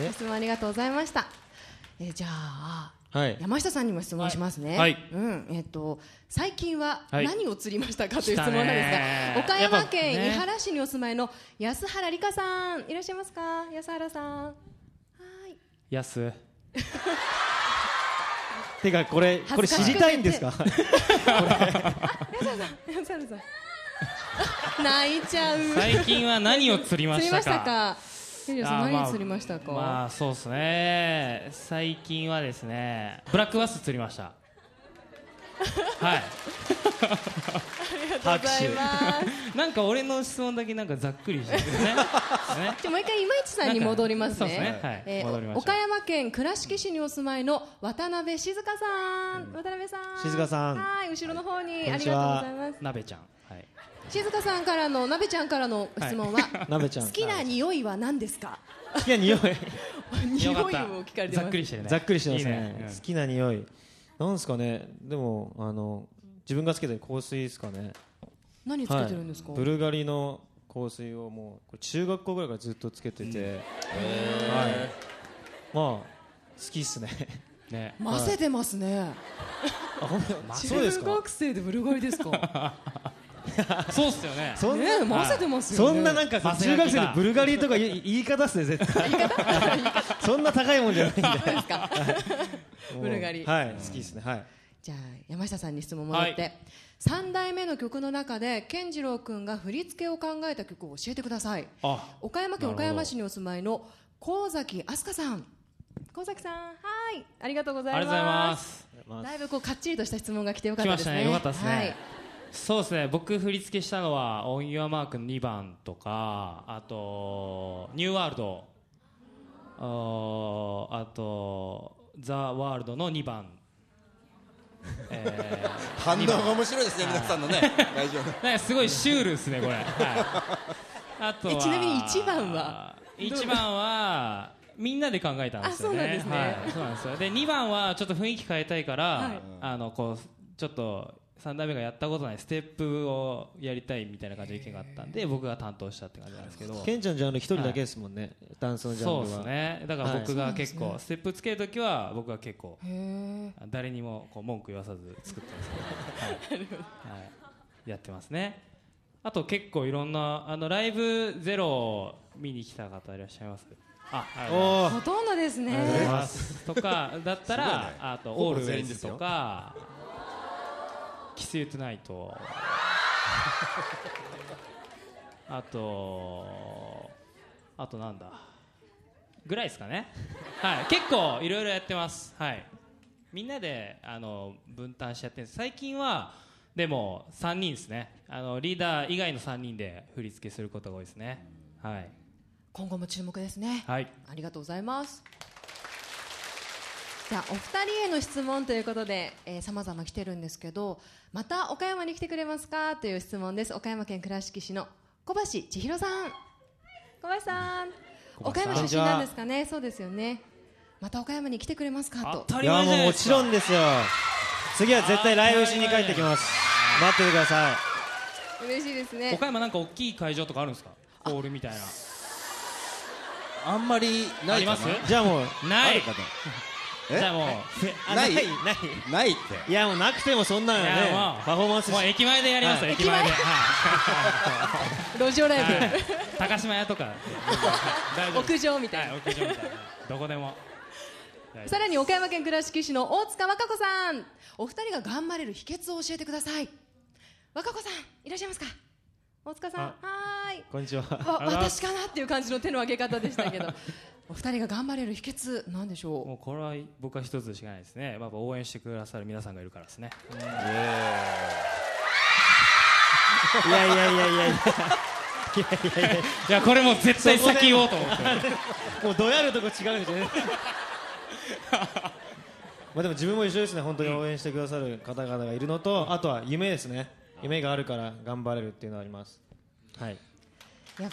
Speaker 3: ご質問ありがとうございました。えーじゃあ、
Speaker 5: はい
Speaker 3: 山下さんにも質問しますね。
Speaker 6: はい
Speaker 3: うん、えっ、と最近は
Speaker 6: はい
Speaker 3: 何を釣りましたかという質
Speaker 6: 来た
Speaker 3: 問なんですが、
Speaker 6: ね
Speaker 3: 岡
Speaker 6: や
Speaker 3: 山
Speaker 6: っぱね
Speaker 3: 県井原市にお住まいの安原理香さんいらっしゃいますか？安原さん。はーい。
Speaker 6: やす
Speaker 5: てかこれこれ知りたいんですか
Speaker 3: 安原さん。 泣いちゃう。
Speaker 6: 最近は何を釣りま
Speaker 3: 釣
Speaker 6: し
Speaker 3: り
Speaker 6: た
Speaker 3: ました
Speaker 6: か
Speaker 3: か？エリアさ
Speaker 6: あー
Speaker 3: ん
Speaker 6: まあ
Speaker 3: 何釣りましたか？
Speaker 6: まあそうですね最近はですねブラックバス釣りました はい
Speaker 3: ありがとうございます。
Speaker 6: なんか俺の質問だけなんかざっくりして るねね
Speaker 3: じゃあもう一回今市さんに戻ります
Speaker 6: そうです
Speaker 3: ね
Speaker 6: ね。はい
Speaker 3: えー
Speaker 6: 戻りましょう
Speaker 3: 岡山県倉敷市にお住まいの渡辺静香さん、渡辺さん、
Speaker 5: 静香さん
Speaker 3: はい後ろの方に、
Speaker 5: こ
Speaker 3: あ
Speaker 5: んに
Speaker 3: り
Speaker 5: ち
Speaker 3: がとうご
Speaker 5: は
Speaker 3: ざいます。
Speaker 6: 鍋ちゃんはい
Speaker 3: 静香さんからの鍋ちゃんからの質問は、
Speaker 5: 鍋ちゃ ん
Speaker 3: 好きな匂いは何ですか？
Speaker 5: 好きな匂い
Speaker 3: 匂い
Speaker 6: よ
Speaker 3: を
Speaker 6: かっ
Speaker 3: 聞かれ
Speaker 6: た
Speaker 3: てま
Speaker 6: ざ
Speaker 3: す
Speaker 6: っく。りしてるね
Speaker 5: ざっくりしてますね
Speaker 6: いいうん
Speaker 5: 好きな匂いなんですかねでもあの自分がつけてる香水ですかね
Speaker 3: 何つけてるんですか？
Speaker 5: はい、ブルガリの香水をもうこれ中学校ぐらいからずっとつけてて、はい、まあ好きっすね
Speaker 6: ね
Speaker 3: 混ぜてますね。
Speaker 5: あほんまそうです
Speaker 3: 中
Speaker 5: か
Speaker 3: 学生でブルガリです か？
Speaker 6: そうっすよね
Speaker 5: そん
Speaker 3: ね
Speaker 5: な、
Speaker 3: 混ぜてますよね。
Speaker 5: そんななんか
Speaker 6: マセ
Speaker 5: 中
Speaker 6: ラ
Speaker 5: 学
Speaker 6: ティが
Speaker 5: 生でブルガリとか言い言い方っすね絶対 そんな高いもんじゃないんで
Speaker 3: ブルガリ
Speaker 5: はい好きっすねはい
Speaker 3: じゃあ山下さんに質問戻って、3代目の曲の中で健次郎君が振り付けを考えた曲を教えてください
Speaker 6: あ
Speaker 3: 岡山県岡山市にお住まいの神崎飛鳥さん神崎さんはいありがとうござ
Speaker 6: ありがと
Speaker 3: いう
Speaker 6: ございま
Speaker 3: ます
Speaker 6: す
Speaker 3: だいぶこうかっちりとした質問が来てよかったですね
Speaker 6: 来ましたねよかったですね
Speaker 3: はい
Speaker 6: そうですね僕振り付けしたのは「オン・ユア・マーク」の2番とかあと「ニュー・ワールド」あーあと「ザ・ワールド」の2番、え
Speaker 2: 反応が面白いですね、皆さんのね、会場の
Speaker 6: ー、なんかすごいシュールですねこれ、はい、あとは
Speaker 3: えちなみに一番は
Speaker 6: 1番はみんなで考えたんです
Speaker 3: あそ
Speaker 6: よね
Speaker 3: うなんですね
Speaker 6: はい、そうなんですよで2番はちょっと雰囲気変えたいから、
Speaker 3: はい
Speaker 6: あのこうちょっと3代目がやったことないステップをやりたいみたいな感じの意見があったんで僕が担当したって感じなんですけど
Speaker 5: ケンちゃんのジャンル一人だけですもんね、ダンスのジャンル
Speaker 6: そ
Speaker 5: は
Speaker 6: うですねだから僕
Speaker 3: は
Speaker 6: が
Speaker 3: い
Speaker 6: 結構、ステップつけるときは僕が結構
Speaker 3: へー
Speaker 6: 誰にもこう文句言わさず作ってますね、はいはい、やってますねあと結構いろんなあのライブゼロ見に来た方いらっしゃいますあありがとうございます
Speaker 3: ほとんどですね。
Speaker 6: ありがとうございますとかだったら、あとオールウェイズとかキスユートナイトあとあとなんだぐらいですかねはい結構いろいろやってますはいみんなであの分担してやってるんです最近はでも3人ですねあのリーダー以外の3人で振り付けすることが多いですねはい
Speaker 3: 今後も注目ですね。
Speaker 6: はい
Speaker 3: ありがとうございます。じゃあお二人への質問ということで、えー、様々来てるんですけど、また岡山に来てくれますかという質問です。岡山県倉敷市の小橋千尋さん。小橋さん。
Speaker 5: 小橋
Speaker 3: 岡
Speaker 5: さん
Speaker 3: 山出身なんですかね。そうですよね。また岡山に来てくれますかと。
Speaker 5: いやもうもちろんですよ次は絶対ライブしに帰ってきます待っててください
Speaker 3: 嬉しいですね
Speaker 6: 岡。山なんか大きい会場とかあるんですかホールみたいな
Speaker 2: あんまり
Speaker 6: あ
Speaker 2: ない
Speaker 6: り
Speaker 2: か
Speaker 6: ま
Speaker 2: な
Speaker 6: す
Speaker 5: じゃあもう
Speaker 6: な
Speaker 2: あ
Speaker 6: い
Speaker 2: るか
Speaker 6: じゃあもう
Speaker 5: あ
Speaker 2: ない
Speaker 5: ない
Speaker 2: なないって
Speaker 5: いやもうなくてもそんなのね
Speaker 6: いやもう
Speaker 5: パフォーマンスし
Speaker 6: もう駅前でやりますよ
Speaker 3: はい
Speaker 6: 駅前で
Speaker 3: 駅
Speaker 6: は
Speaker 3: 路上ライ
Speaker 6: い
Speaker 3: ブ、
Speaker 6: はい高島屋 とか大丈夫
Speaker 3: 屋上みたいな。
Speaker 6: はい屋上みたいなどこでも大丈
Speaker 3: さらに岡山県倉敷市の大塚和歌子さんお二人が頑張れる秘訣を教えてください和歌子さんいらっしゃいますか大塚さんは
Speaker 5: あこんにちは
Speaker 3: ーいわ私かなっていう感じの手の挙げ方でしたけどお二人が頑張れる秘訣なんでし
Speaker 6: 夫
Speaker 3: ょ
Speaker 6: もうこれは僕は一つしかないですねやっぱ応援してくださる皆さんがいるからですね
Speaker 5: いやいやいやいやいや
Speaker 6: いやこれもう絶対先言おうと思っ て
Speaker 5: もうどやるとこ違うじゃね まあでも自分も一緒ですね本当に応援してくださる方々がいるのとあとは夢ですね夢があるから頑張れるっていうのはあります
Speaker 6: はい、
Speaker 3: ういや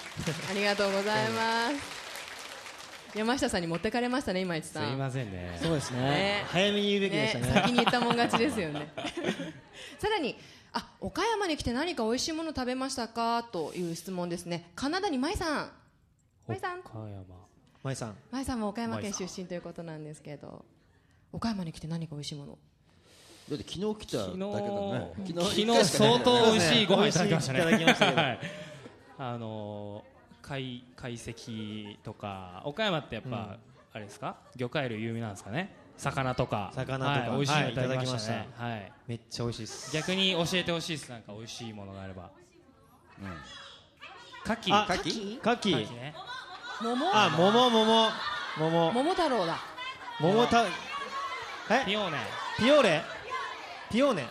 Speaker 3: ありがとうございます山下さんに持ってかれましたね今市
Speaker 6: す
Speaker 3: さ
Speaker 6: い
Speaker 3: ん
Speaker 6: ませんね
Speaker 5: そうです
Speaker 3: ね
Speaker 5: 早めに言うべきでしたね
Speaker 3: 先に言ったもん勝ちですよねさらにあ岡山に来て何か美味しいもの食べましたかという質問ですねカナダに舞さん舞さん
Speaker 6: 岡山
Speaker 5: 舞さん
Speaker 3: 舞さんも岡山県出身ということなんですけど岡山に来て何か美味しいもの
Speaker 2: だって昨日来ただけだね
Speaker 6: 昨日
Speaker 2: 一回しかないんだよ
Speaker 6: 相
Speaker 2: ね
Speaker 6: 当美味しいご飯いただきましたね。
Speaker 5: 美味しいいただきましたけど
Speaker 6: はいあのー貝貝石とか岡山ってやっぱ、あれですか魚介類有名なんですかね。魚とか
Speaker 5: 魚とか
Speaker 6: はい、美味しいの
Speaker 5: はい
Speaker 6: いただきました
Speaker 5: いただ
Speaker 6: ね
Speaker 5: き。
Speaker 6: はい。
Speaker 5: めっちゃ美味しいです
Speaker 6: 逆に教えてほしいですなんか美味しいものがあれば。牡
Speaker 5: あ
Speaker 6: 蠣。
Speaker 2: 牡蠣
Speaker 5: カキ
Speaker 6: 牡蠣ね。
Speaker 3: 桃
Speaker 5: あ桃桃桃
Speaker 3: 桃太郎だ
Speaker 5: 桃たえ
Speaker 6: ピオーネ。
Speaker 5: ピオーレピオーネ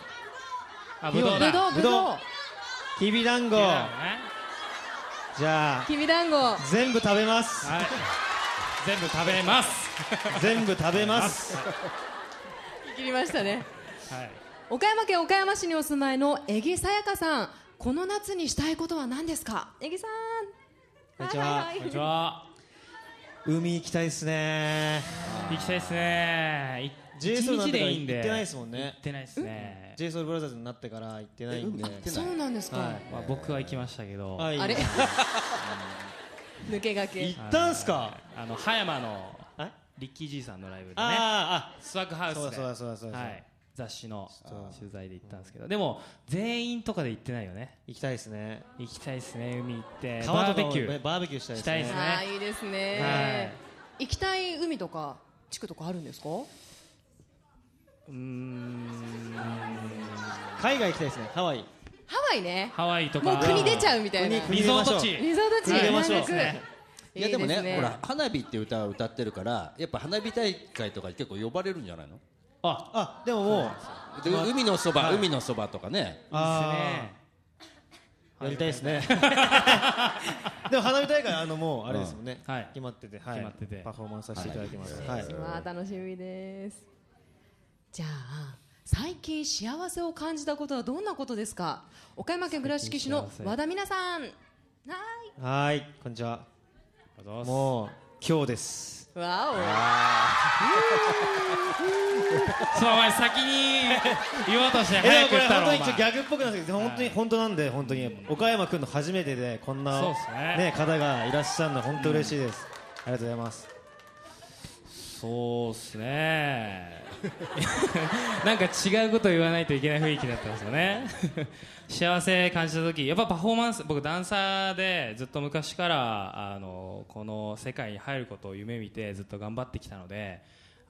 Speaker 6: あ
Speaker 5: ピ
Speaker 6: ぶ
Speaker 5: オー
Speaker 6: ど
Speaker 5: ネ
Speaker 3: ぶ
Speaker 6: うだ。
Speaker 3: どうぶどう
Speaker 5: きびだんご
Speaker 6: ぶどうだね
Speaker 5: じゃあ
Speaker 3: きびだんご
Speaker 5: 全部食べます
Speaker 6: はい。全部食べます。
Speaker 5: 全部食べます
Speaker 3: 切りましたね
Speaker 6: はい。
Speaker 3: 岡山県岡山市にお住まいのえぎさやかさんこの夏にしたいことは何ですかえぎさん
Speaker 5: こんにちは
Speaker 6: こんにちは。
Speaker 5: 海行きたいですね
Speaker 6: 行きたいですね。
Speaker 5: ジェイ
Speaker 6: 一
Speaker 5: ソルなん
Speaker 6: 日
Speaker 5: てか
Speaker 6: で
Speaker 5: ら
Speaker 6: いいんで。
Speaker 5: 行ってないですもんね
Speaker 6: 行ってないですね。
Speaker 5: j s o u l b r o t h e r になってから行ってないんで
Speaker 2: え海行って
Speaker 3: そうなんですか、
Speaker 5: はい
Speaker 6: まあ僕は行きましたけど、
Speaker 5: はい
Speaker 3: あれ 抜け駆け
Speaker 5: 行ったんすか
Speaker 6: あの葉山の
Speaker 5: あ
Speaker 6: リッキーじいさんのライブでね、
Speaker 5: あーあ
Speaker 6: スワッグハウス
Speaker 5: そうだ
Speaker 6: で、
Speaker 5: そうだそうだそうだ
Speaker 6: はい、雑誌の
Speaker 5: そう
Speaker 6: 取材で行ったんですけど、でも全員とかで行ってないよね。
Speaker 5: 行きたいですね
Speaker 6: 行きたいですね、海行って、
Speaker 5: 川
Speaker 6: バ
Speaker 5: と
Speaker 6: ー
Speaker 5: か
Speaker 6: ベ
Speaker 5: も
Speaker 6: キュー。
Speaker 5: バーベキューしたいで
Speaker 6: し
Speaker 5: す
Speaker 6: たいです
Speaker 5: ね
Speaker 6: ね
Speaker 3: ああいいですね、行きたい海とか地区とかあるんですか
Speaker 6: うーん、
Speaker 5: 海外行きたいですねハワイ
Speaker 3: ハワイね
Speaker 6: ハワイとか、
Speaker 3: もう国出ちゃうみたいなリ
Speaker 5: 国国
Speaker 6: リゾート地。
Speaker 3: ゾート地
Speaker 5: 国出ましょう
Speaker 3: 南国
Speaker 2: いやでもね
Speaker 3: いいす
Speaker 2: ほら花火って歌を歌ってるからやっぱ花火大会とか結構呼ばれるんじゃないの
Speaker 6: あ、
Speaker 5: あでももう
Speaker 2: で海のそば、海のそばとかね
Speaker 5: あーやりたいですね でも花火大会あのもうあれですもんね
Speaker 6: うんはい
Speaker 5: 決まっててはい
Speaker 6: 決まってて
Speaker 5: パフォーマンスさせていただきますはい
Speaker 3: わあ楽しみですじゃあ最近幸せを感じたことはどんなことですか岡山県倉敷市の
Speaker 6: 最近幸せ
Speaker 3: 和田美奈さんは
Speaker 5: はーいこんにちは
Speaker 6: ありがとうございま
Speaker 5: もう今日です
Speaker 3: ーいわ
Speaker 6: す。そう、お前先に言おうとして
Speaker 5: えで
Speaker 6: 早
Speaker 5: も
Speaker 6: く
Speaker 5: こ
Speaker 6: 言
Speaker 5: れ
Speaker 6: った
Speaker 5: 本
Speaker 6: ろ、
Speaker 5: 当
Speaker 6: お
Speaker 5: にちょっとギ
Speaker 6: 前。
Speaker 5: ャグっぽくなんですけど本当に本当なんで本当に岡山君の初めてでこんな
Speaker 6: そうっすね
Speaker 5: ね方がいらっしゃるの本当嬉しいですありがとうございます
Speaker 6: そうっす ねなんか違うこと言わないといけない雰囲気だったんですよ ね幸せ感じた時やっぱパフォーマンス僕ダンサーでずっと昔からあのこの世界に入ることを夢見てずっと頑張ってきたので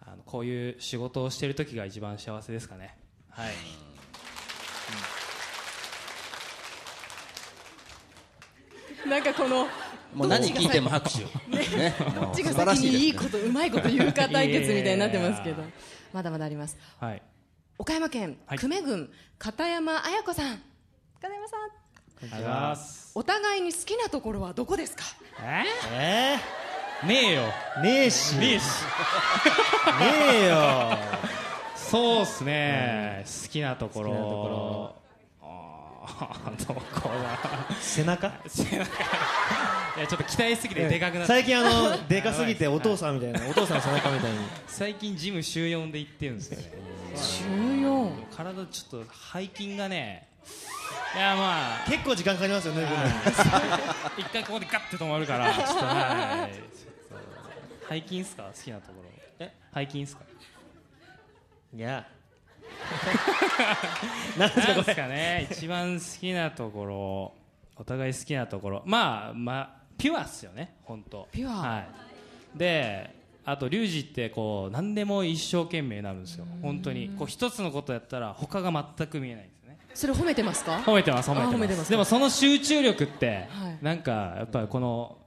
Speaker 6: あのこういう仕事をしてる時が一番幸せですかねはい
Speaker 3: なんかこの
Speaker 2: もう何聞いても拍手ね
Speaker 3: ど
Speaker 2: も
Speaker 3: っ
Speaker 2: う
Speaker 3: ち
Speaker 2: 素
Speaker 3: が
Speaker 2: 晴ら
Speaker 3: 先
Speaker 2: し
Speaker 3: にい
Speaker 2: い
Speaker 3: い
Speaker 2: です
Speaker 3: こ
Speaker 2: ね
Speaker 3: とうまいこと言うか対決みたいになってますけど
Speaker 6: いやいや
Speaker 3: まだまだあります
Speaker 6: はい
Speaker 3: 岡山県
Speaker 6: はい
Speaker 3: 久米郡片山彩子さん片山さん
Speaker 6: ありがとうございます
Speaker 3: お互いに好きなところはどこですか
Speaker 6: え
Speaker 5: え
Speaker 6: ー、ねえよ
Speaker 5: ー、ねえし
Speaker 6: ね
Speaker 5: ね
Speaker 6: えし
Speaker 5: えよ
Speaker 6: そうっすね、好きなところ
Speaker 5: 好きなとこ
Speaker 6: あーどこだ
Speaker 5: 背中
Speaker 6: いやちょっと期待しすぎてでかくなって、
Speaker 5: 最近あのでかすぎてお父さんみたいなお父さんの背中みたいに
Speaker 6: 最近ジム週4で行ってるんですよね
Speaker 3: 週4
Speaker 6: 体ちょっと背筋がねいやまあ
Speaker 5: 結構時間かかりますよね
Speaker 6: 一回ここでガッて止まるからちょっとはいちょっと背筋っすか好きなところえ背筋っすか
Speaker 5: いや なんですか
Speaker 6: なん
Speaker 5: こ
Speaker 6: す
Speaker 5: れ
Speaker 6: かね一番好きなところお互い好きなところまあまあピュアっすよね本当
Speaker 3: ピュア
Speaker 6: はいであとリュウジってこう何でも一生懸命になるんですよ本当にこう一つのことやったら他が全く見えないんですよね
Speaker 3: それ褒めてますか
Speaker 6: 褒めてます褒めてます
Speaker 3: あ褒めてます
Speaker 6: でもその集中力って、
Speaker 3: はい
Speaker 6: なんかやっぱりこの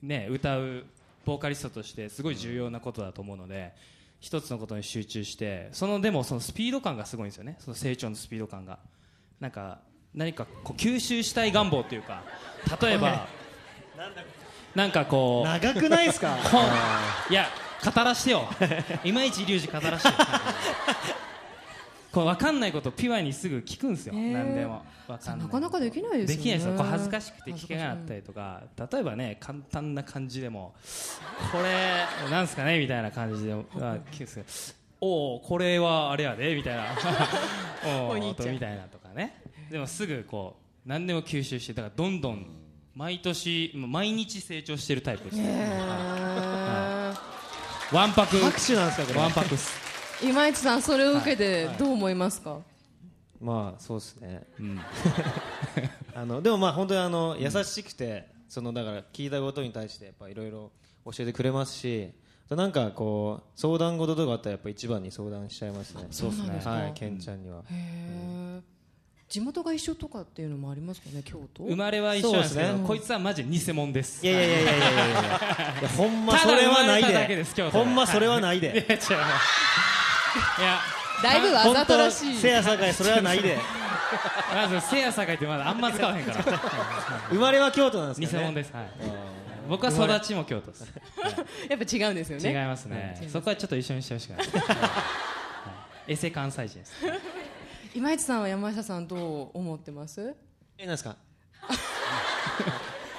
Speaker 6: ね歌うボーカリストとしてすごい重要なことだと思うので、一つのことに集中してそのでもそのスピード感がすごいんですよねその成長のスピード感がなんか何かこう吸収したい願望というか例えばなんかこう
Speaker 5: 長くない ですか
Speaker 6: 本いや語ら してよいまいちリュウジ語らしてよこう分かんないことピュアにすぐ聞くんですよ、
Speaker 3: へー
Speaker 6: 何でも分かんない
Speaker 3: なかなかできないですよね
Speaker 6: できないですよこう恥ずかしくて聞けなか
Speaker 3: 恥ずかしい
Speaker 6: ったりとか例えばね簡単な感じでもこれなんすかねみたいな感じであ聞くんですけどおおこれはあれやでみた いなお
Speaker 3: お
Speaker 6: お
Speaker 3: 兄ちゃん
Speaker 6: みたいなとかねでもすぐこう何でも吸収してだからどんどん毎年毎日成長してるタイプですね、はい
Speaker 3: へ
Speaker 6: わんぱく。
Speaker 5: 拍手なんですかこれ
Speaker 6: わんぱくっす。
Speaker 3: ー今市さんそれを受けてどう思いますか
Speaker 5: まあそうですね
Speaker 6: うん。
Speaker 5: あのでもまあ本当にあの優しくて、そのだから聞いたことに対してやっぱいろいろ教えてくれますしあとなんかこう相談事とかあったらやっぱ一番に相談しちゃいますねそうですねはいケンちゃんには、
Speaker 3: へー地元が一緒とかっていうのもありますかね京都
Speaker 6: 生まれは一緒なんですけ
Speaker 5: そう
Speaker 6: ど、
Speaker 5: ですね
Speaker 6: こいつはマジ偽物です。
Speaker 5: いやいやいやいやいやいやいやほんまそれはない
Speaker 6: ただ生まれた
Speaker 5: で
Speaker 6: だけです今日
Speaker 5: ほんまそれはない で
Speaker 6: いや、違う。いや、
Speaker 3: だいぶわざとらし
Speaker 5: 本
Speaker 3: い
Speaker 5: 当せやさかいそれはないで
Speaker 6: まず、せやさかいってまだあんま使わへんから。
Speaker 5: 生まれは京都なんです
Speaker 6: 偽
Speaker 5: けどね
Speaker 6: 物です。はい。僕は育ちも京都です。
Speaker 3: やっぱ違うんですよ
Speaker 6: 違い
Speaker 3: ね
Speaker 6: ますね
Speaker 3: う。ん
Speaker 6: そこはちょっと一緒にしてほ しくない。はいエセ関西人です。
Speaker 3: 今市さんは山下さんどう思ってます
Speaker 5: えなんですか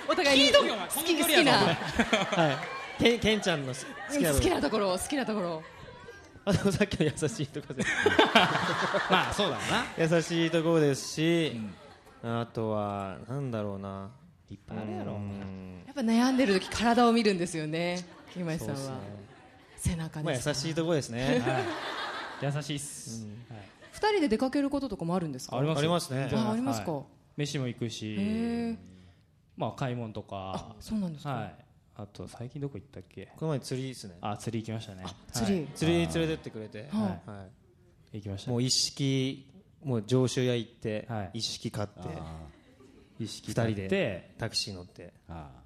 Speaker 3: お互いに好
Speaker 6: お前こんな
Speaker 3: き
Speaker 6: 距
Speaker 3: 好
Speaker 6: 離や
Speaker 3: き
Speaker 6: ぞ
Speaker 3: な
Speaker 5: はいケンケンちゃんの好きな
Speaker 3: 好
Speaker 5: 部
Speaker 3: き
Speaker 5: 分
Speaker 3: なところ好きなところ
Speaker 5: あでもさっきの優しいとこで
Speaker 6: まあ、そうだろうな。
Speaker 5: 優しいところですし、あとはなんだろうないっぱいあるやろ
Speaker 3: やっぱ悩んでる時体を見るんですよね今井さんは、背中
Speaker 5: ま
Speaker 3: で
Speaker 5: あ優
Speaker 3: すか
Speaker 5: しいところですね
Speaker 6: 優しいっす。はい
Speaker 3: 二人で出かけることとかもあるんですか
Speaker 6: あります
Speaker 5: ありますね
Speaker 3: あありますか
Speaker 6: はい飯も行く
Speaker 3: へ
Speaker 6: し
Speaker 3: ー、
Speaker 6: まあ、買い物とか。
Speaker 3: そうなんですか、
Speaker 6: はい。あと、最近どこ行ったっけ
Speaker 5: この前釣りですね
Speaker 6: あ釣り行きましたね
Speaker 3: 釣り、
Speaker 6: はい
Speaker 5: 釣りに連れてってくれて、
Speaker 3: はい
Speaker 5: はい
Speaker 6: 行きました
Speaker 5: もう一式もう上州屋行って、
Speaker 6: はい
Speaker 5: 一式買って
Speaker 6: 意識
Speaker 5: 二
Speaker 6: 高
Speaker 5: 人
Speaker 6: い
Speaker 5: でタクシー乗って
Speaker 2: ああ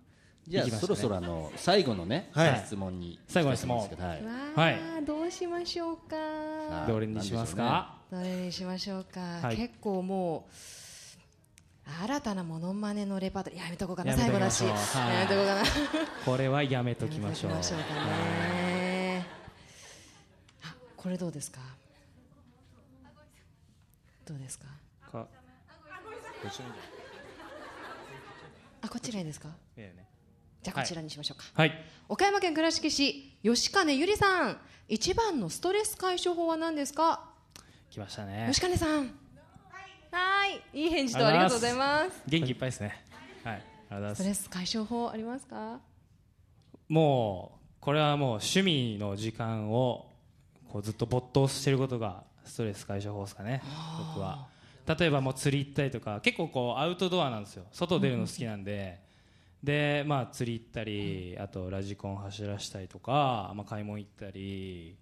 Speaker 2: じゃあ、そろそろあの最後のね、
Speaker 5: はい
Speaker 2: 質問に
Speaker 6: 最後の質問
Speaker 2: 行きたいと思うんです
Speaker 3: わあ、
Speaker 6: は
Speaker 3: どうしましょうか、
Speaker 2: けどはい
Speaker 6: どれにしますか
Speaker 3: どれにしましょうか、
Speaker 6: はい
Speaker 3: 結構もう新たなモノマネのレパートリーやめとこうかな
Speaker 6: やめと
Speaker 3: 最後
Speaker 6: き
Speaker 3: だ
Speaker 6: ま
Speaker 3: し
Speaker 6: し
Speaker 3: や
Speaker 6: ょうは
Speaker 3: め
Speaker 6: い
Speaker 3: とこうかな
Speaker 6: これはやめとき
Speaker 3: やめ
Speaker 6: ま
Speaker 3: と
Speaker 6: し
Speaker 3: き
Speaker 6: ょう
Speaker 3: ましょうかねあこれどうですかどうですか
Speaker 6: か
Speaker 3: あこちらですか
Speaker 6: いいよね
Speaker 3: じゃあこちらにしましょうか、
Speaker 6: はい
Speaker 3: 岡山県倉敷市吉金ゆりさん一番のストレス解消法は何ですか
Speaker 6: 来ましたね
Speaker 3: 吉金さんはいいい返事とありがとうございます
Speaker 6: 元気いっぱいですねはいありがとうご
Speaker 3: スト
Speaker 6: ざいま
Speaker 3: レ
Speaker 6: す
Speaker 3: ス解消法ありますか
Speaker 6: もうこれはもう趣味の時間をこうずっと没頭してることがストレス解消法ですかね僕は例えばもう釣り行ったりとか結構こうアウトドアなんですよ外出るの好きなんで、でまあ釣り行ったりあとラジコン走らしたりとか、まあ、買い物行ったり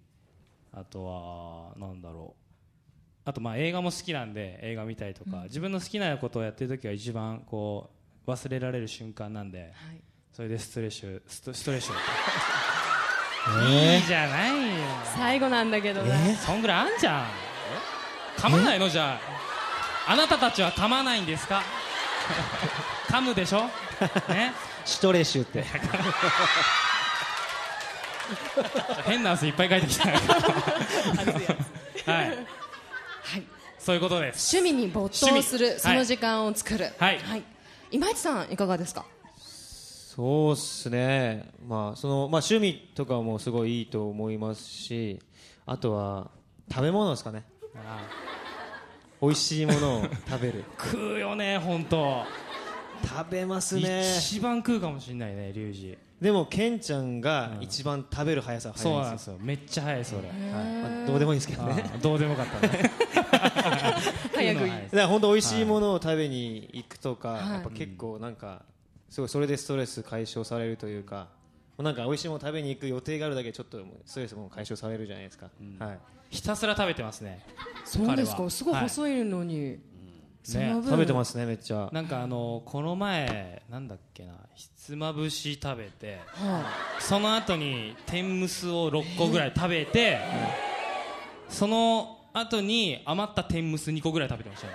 Speaker 6: あとはなんだろうあとまあ映画も好きなんで映画見たりとか、自分の好きなことをやってる時が一番こう忘れられる瞬間なんで、
Speaker 3: はい
Speaker 6: それでストレッシュストストレッシュいいじゃないよ
Speaker 3: 最後なんだけどな、
Speaker 6: そんぐらいあんじゃん噛まないのじゃああなたたちは噛まないんですか噛むでしょね
Speaker 7: シュトレシュって
Speaker 6: 変な汗いっぱい書いてき たはい、はい、そういうことです
Speaker 3: 趣味に没頭する
Speaker 6: 趣
Speaker 3: そ
Speaker 6: 味
Speaker 3: の時間を作る
Speaker 6: はい
Speaker 3: 今市さんいかがですか
Speaker 5: そうっすね、まあそのまあ、趣味とかもすごいいいと思いますし、あとは食べ物ですかね、美味しいものを食べる、
Speaker 6: 食うよね本当
Speaker 5: 食べますね、
Speaker 6: 一番食うかもしれないねリュウジ
Speaker 5: でも、ケンちゃんが一番食べる速さは
Speaker 6: そう
Speaker 5: 速い
Speaker 6: なん
Speaker 5: ん
Speaker 6: で
Speaker 5: ですす
Speaker 6: よめっちゃ早いそれ
Speaker 5: よ、はいまあどうでもいいですけどね、
Speaker 6: あーどうでもよかったね
Speaker 3: 早食い
Speaker 6: 食うのは 早
Speaker 5: だから本当美味しいものを食べに行くとか、
Speaker 3: い
Speaker 5: やっぱ結構なんかすごいそれでストレス解消されるというか、もうなんか美味しいもの食べに行く予定があるだけでちょっともうストレスも解消されるじゃないですか、はい、
Speaker 6: ひたすら食べてますね
Speaker 3: そうです
Speaker 6: 彼
Speaker 3: か
Speaker 6: は
Speaker 3: すごい
Speaker 6: はい
Speaker 3: 細いのに、その
Speaker 6: ね
Speaker 3: 分
Speaker 5: 食べてますねめっちゃ。
Speaker 6: なんかあのこの前なんだっけなひつまぶし食べて
Speaker 3: は
Speaker 6: その後に天むすを6個ぐらい食べてその後に余った天むす2個ぐらい食べてましたね
Speaker 3: い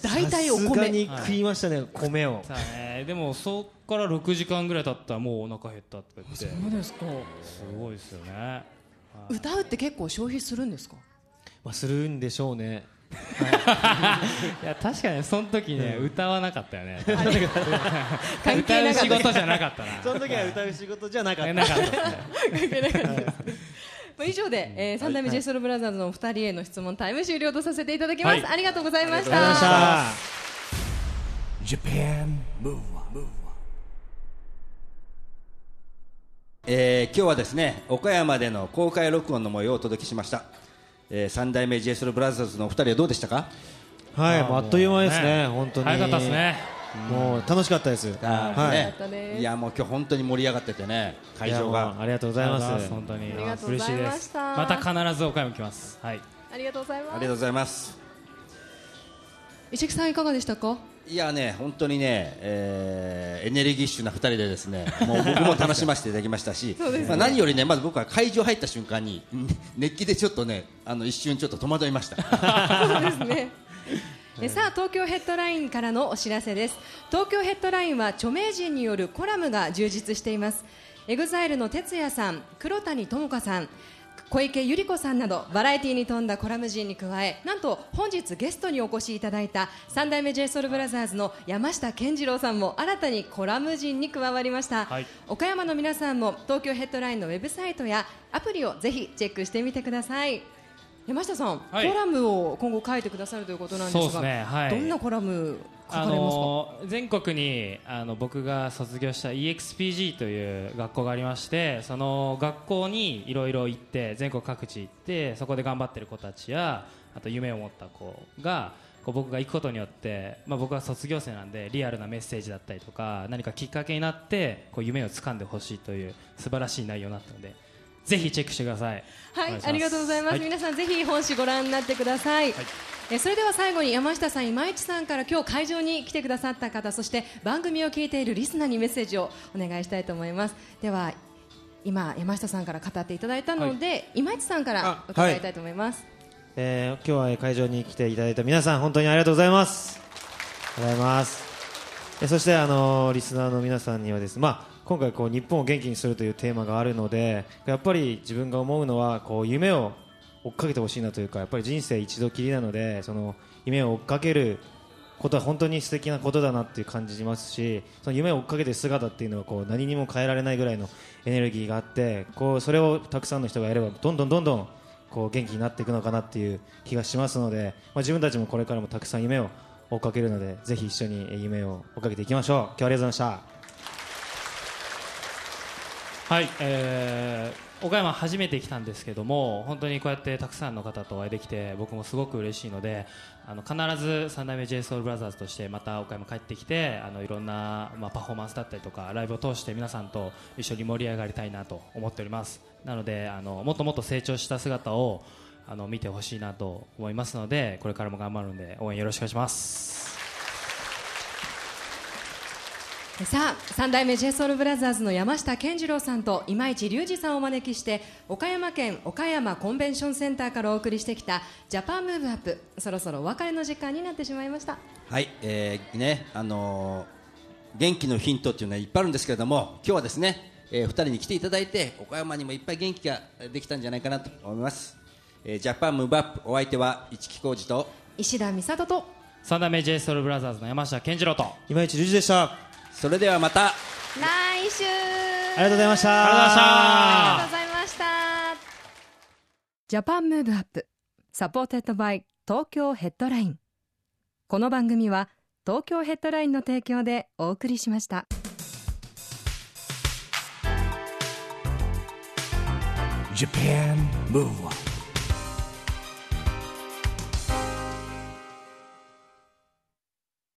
Speaker 3: 大体お
Speaker 5: さすが
Speaker 3: 米
Speaker 5: に食いましたね、米を
Speaker 6: さあねでもそっから6時間ぐらい経ったらもうお腹減ったとか言っ
Speaker 3: そ
Speaker 6: て
Speaker 3: うですか
Speaker 6: すごいですよね
Speaker 3: 歌うって結構消費するんですか
Speaker 5: まあ、するんでしょうね
Speaker 6: いや確かにその時ね、歌わなかったよね
Speaker 3: 関係
Speaker 6: 歌
Speaker 3: な
Speaker 6: う
Speaker 3: かっ
Speaker 6: 仕
Speaker 3: た
Speaker 6: 事じゃなかっ たな
Speaker 5: その時は歌う仕事じゃなかっ
Speaker 6: え
Speaker 5: た
Speaker 6: なかったですね
Speaker 3: 関係なかったですまあ 以上で、えー、三代目 j s o u l b r o t h e r のお二人への質問タイム終了とさせていただきます、
Speaker 6: はい
Speaker 3: ありがとうございました
Speaker 1: Japan Move Up
Speaker 2: えー今日はですね岡山での公開録音の模様をお届けしました、えー、三代目 j s o u l b r o t h e r s のお二人はどうでしたか
Speaker 5: はい、もうあっという間ですね、本当に
Speaker 6: 早かったですね
Speaker 5: もう楽しかったです
Speaker 2: あ
Speaker 5: はい
Speaker 3: よかったです
Speaker 2: いやもう今日本当に盛り上がっててね会場
Speaker 5: いや
Speaker 2: が
Speaker 5: もうありがとうございま
Speaker 6: ありがとうござ
Speaker 5: す
Speaker 6: 本当に
Speaker 3: ありがとうございました
Speaker 6: 嬉しですまた必ず岡山来ますはい
Speaker 3: ありがとうござい
Speaker 2: あ
Speaker 3: ま
Speaker 2: りがと
Speaker 3: す
Speaker 2: うございます
Speaker 3: 石木さんいかがでしたか
Speaker 2: いやね本当にね、えーエネルギッシュな2人でですねもう僕も楽しませていただきましたし、まあ、何よりねまず僕は会場入った瞬間にうん熱気でちょっとねあの一瞬ちょっと戸惑いました
Speaker 3: そうですね。えさあ東京ヘッドラインからのお知らせです東京ヘッドラインは著名人によるコラムが充実していますエグザイルの哲也さん黒谷友香さん小池百合子さんなどバラエティに富んだコラム陣に加えなんと本日ゲストにお越しいただいた三代目 j s o u l b r o t h e r s の山下健二郎さんも新たにコラム陣に加わりました、
Speaker 6: はい
Speaker 3: 岡山の皆さんも東京ヘッドラインのウェブサイトやアプリをぜひチェックしてみてください山下さん、
Speaker 6: はい
Speaker 3: コラムを今後書いてくださるということなんですが
Speaker 6: そうですねはい
Speaker 3: どんなコラム書かれ
Speaker 6: あ
Speaker 3: ますか、
Speaker 6: のー全国にあの僕が卒業した EXPG という学校がありましてその学校にいろいろ行って全国各地行ってそこで頑張ってる子たちやあと夢を持った子がこう僕が行くことによって、まあ、僕は卒業生なんでリアルなメッセージだったりとか何かきっかけになってこう夢を掴んでほしいという素晴らしい内容になったのでぜひチェックしてください。
Speaker 3: は
Speaker 6: お願
Speaker 3: い
Speaker 6: し、す
Speaker 3: ありがとうございます、
Speaker 6: は
Speaker 3: 皆さんぜひ本誌ご覧になってください、えそれでは最後に山下さん今市さんから今日会場に来てくださった方そして番組を聞いているリスナーにメッセージをお願いしたいと思いますでは今山下さんから語っていただいたので、今市さんから伺いたいと思います、
Speaker 5: えー今日はえー会場に来ていただいた皆さん本当にありがとうございますありがとうございますえーそしてあのーリスナーの皆さんにはですまあ今回こう日本を元気にするというテーマがあるのでやっぱり自分が思うのはこう夢を追っかけてほしいなというかやっぱり人生一度きりなのでその夢を追っかけることは本当に素敵なことだなっていう感じますしその夢を追っかけてる姿っていうのはこう何にも変えられないぐらいのエネルギーがあってこうそれをたくさんの人がやればどんどんどんどんこう元気になっていくのかなっていう気がしますので、まあ、自分たちもこれからもたくさん夢を追っかけるのでぜひ一緒に夢を追っかけていきましょう今日はありがとうございました
Speaker 6: はい、えー岡山初めて来たんですけども本当にこうやってたくさんの方とお会いできて僕もすごく嬉しいのであの必ず三代目 JSOULBROTHERS としてまた岡山帰ってきてあのいろんな、まあ、パフォーマンスだったりとかライブを通して皆さんと一緒に盛り上がりたいなと思っておりますなのであのもっともっと成長した姿をあの見てほしいなと思いますのでこれからも頑張るんで応援よろしくお願いします
Speaker 3: さあ三代目 JSOULBROTHERS の山下健二郎さんと今市隆二さんをお招きして岡山県岡山コンベンションセンターからお送りしてきたジャパンムーブアップそろそろお別れの時間になってしまいました
Speaker 2: はい、えーね、あのー元気のヒントっていうのはいっぱいあるんですけれども、今日はですね、え2人に来ていただいて、岡山にもいっぱい元気ができたんじゃないかなと思います。えージャパンムーブアップ、お相手は市木浩二と、
Speaker 3: 石田美里と
Speaker 6: 三代目 JSOULBROTHERS の山下健二郎と
Speaker 5: 今市隆二でしたあ
Speaker 2: それではまた。
Speaker 3: 来週
Speaker 5: りがとうございました
Speaker 6: ありがとうございました
Speaker 3: ありがとうございました。ジャパンムーブアップ、サポーテッドバイ東京ヘッドライン。この番組は東京ヘッドラインの提供でお送りしました。
Speaker 1: Japan Move Up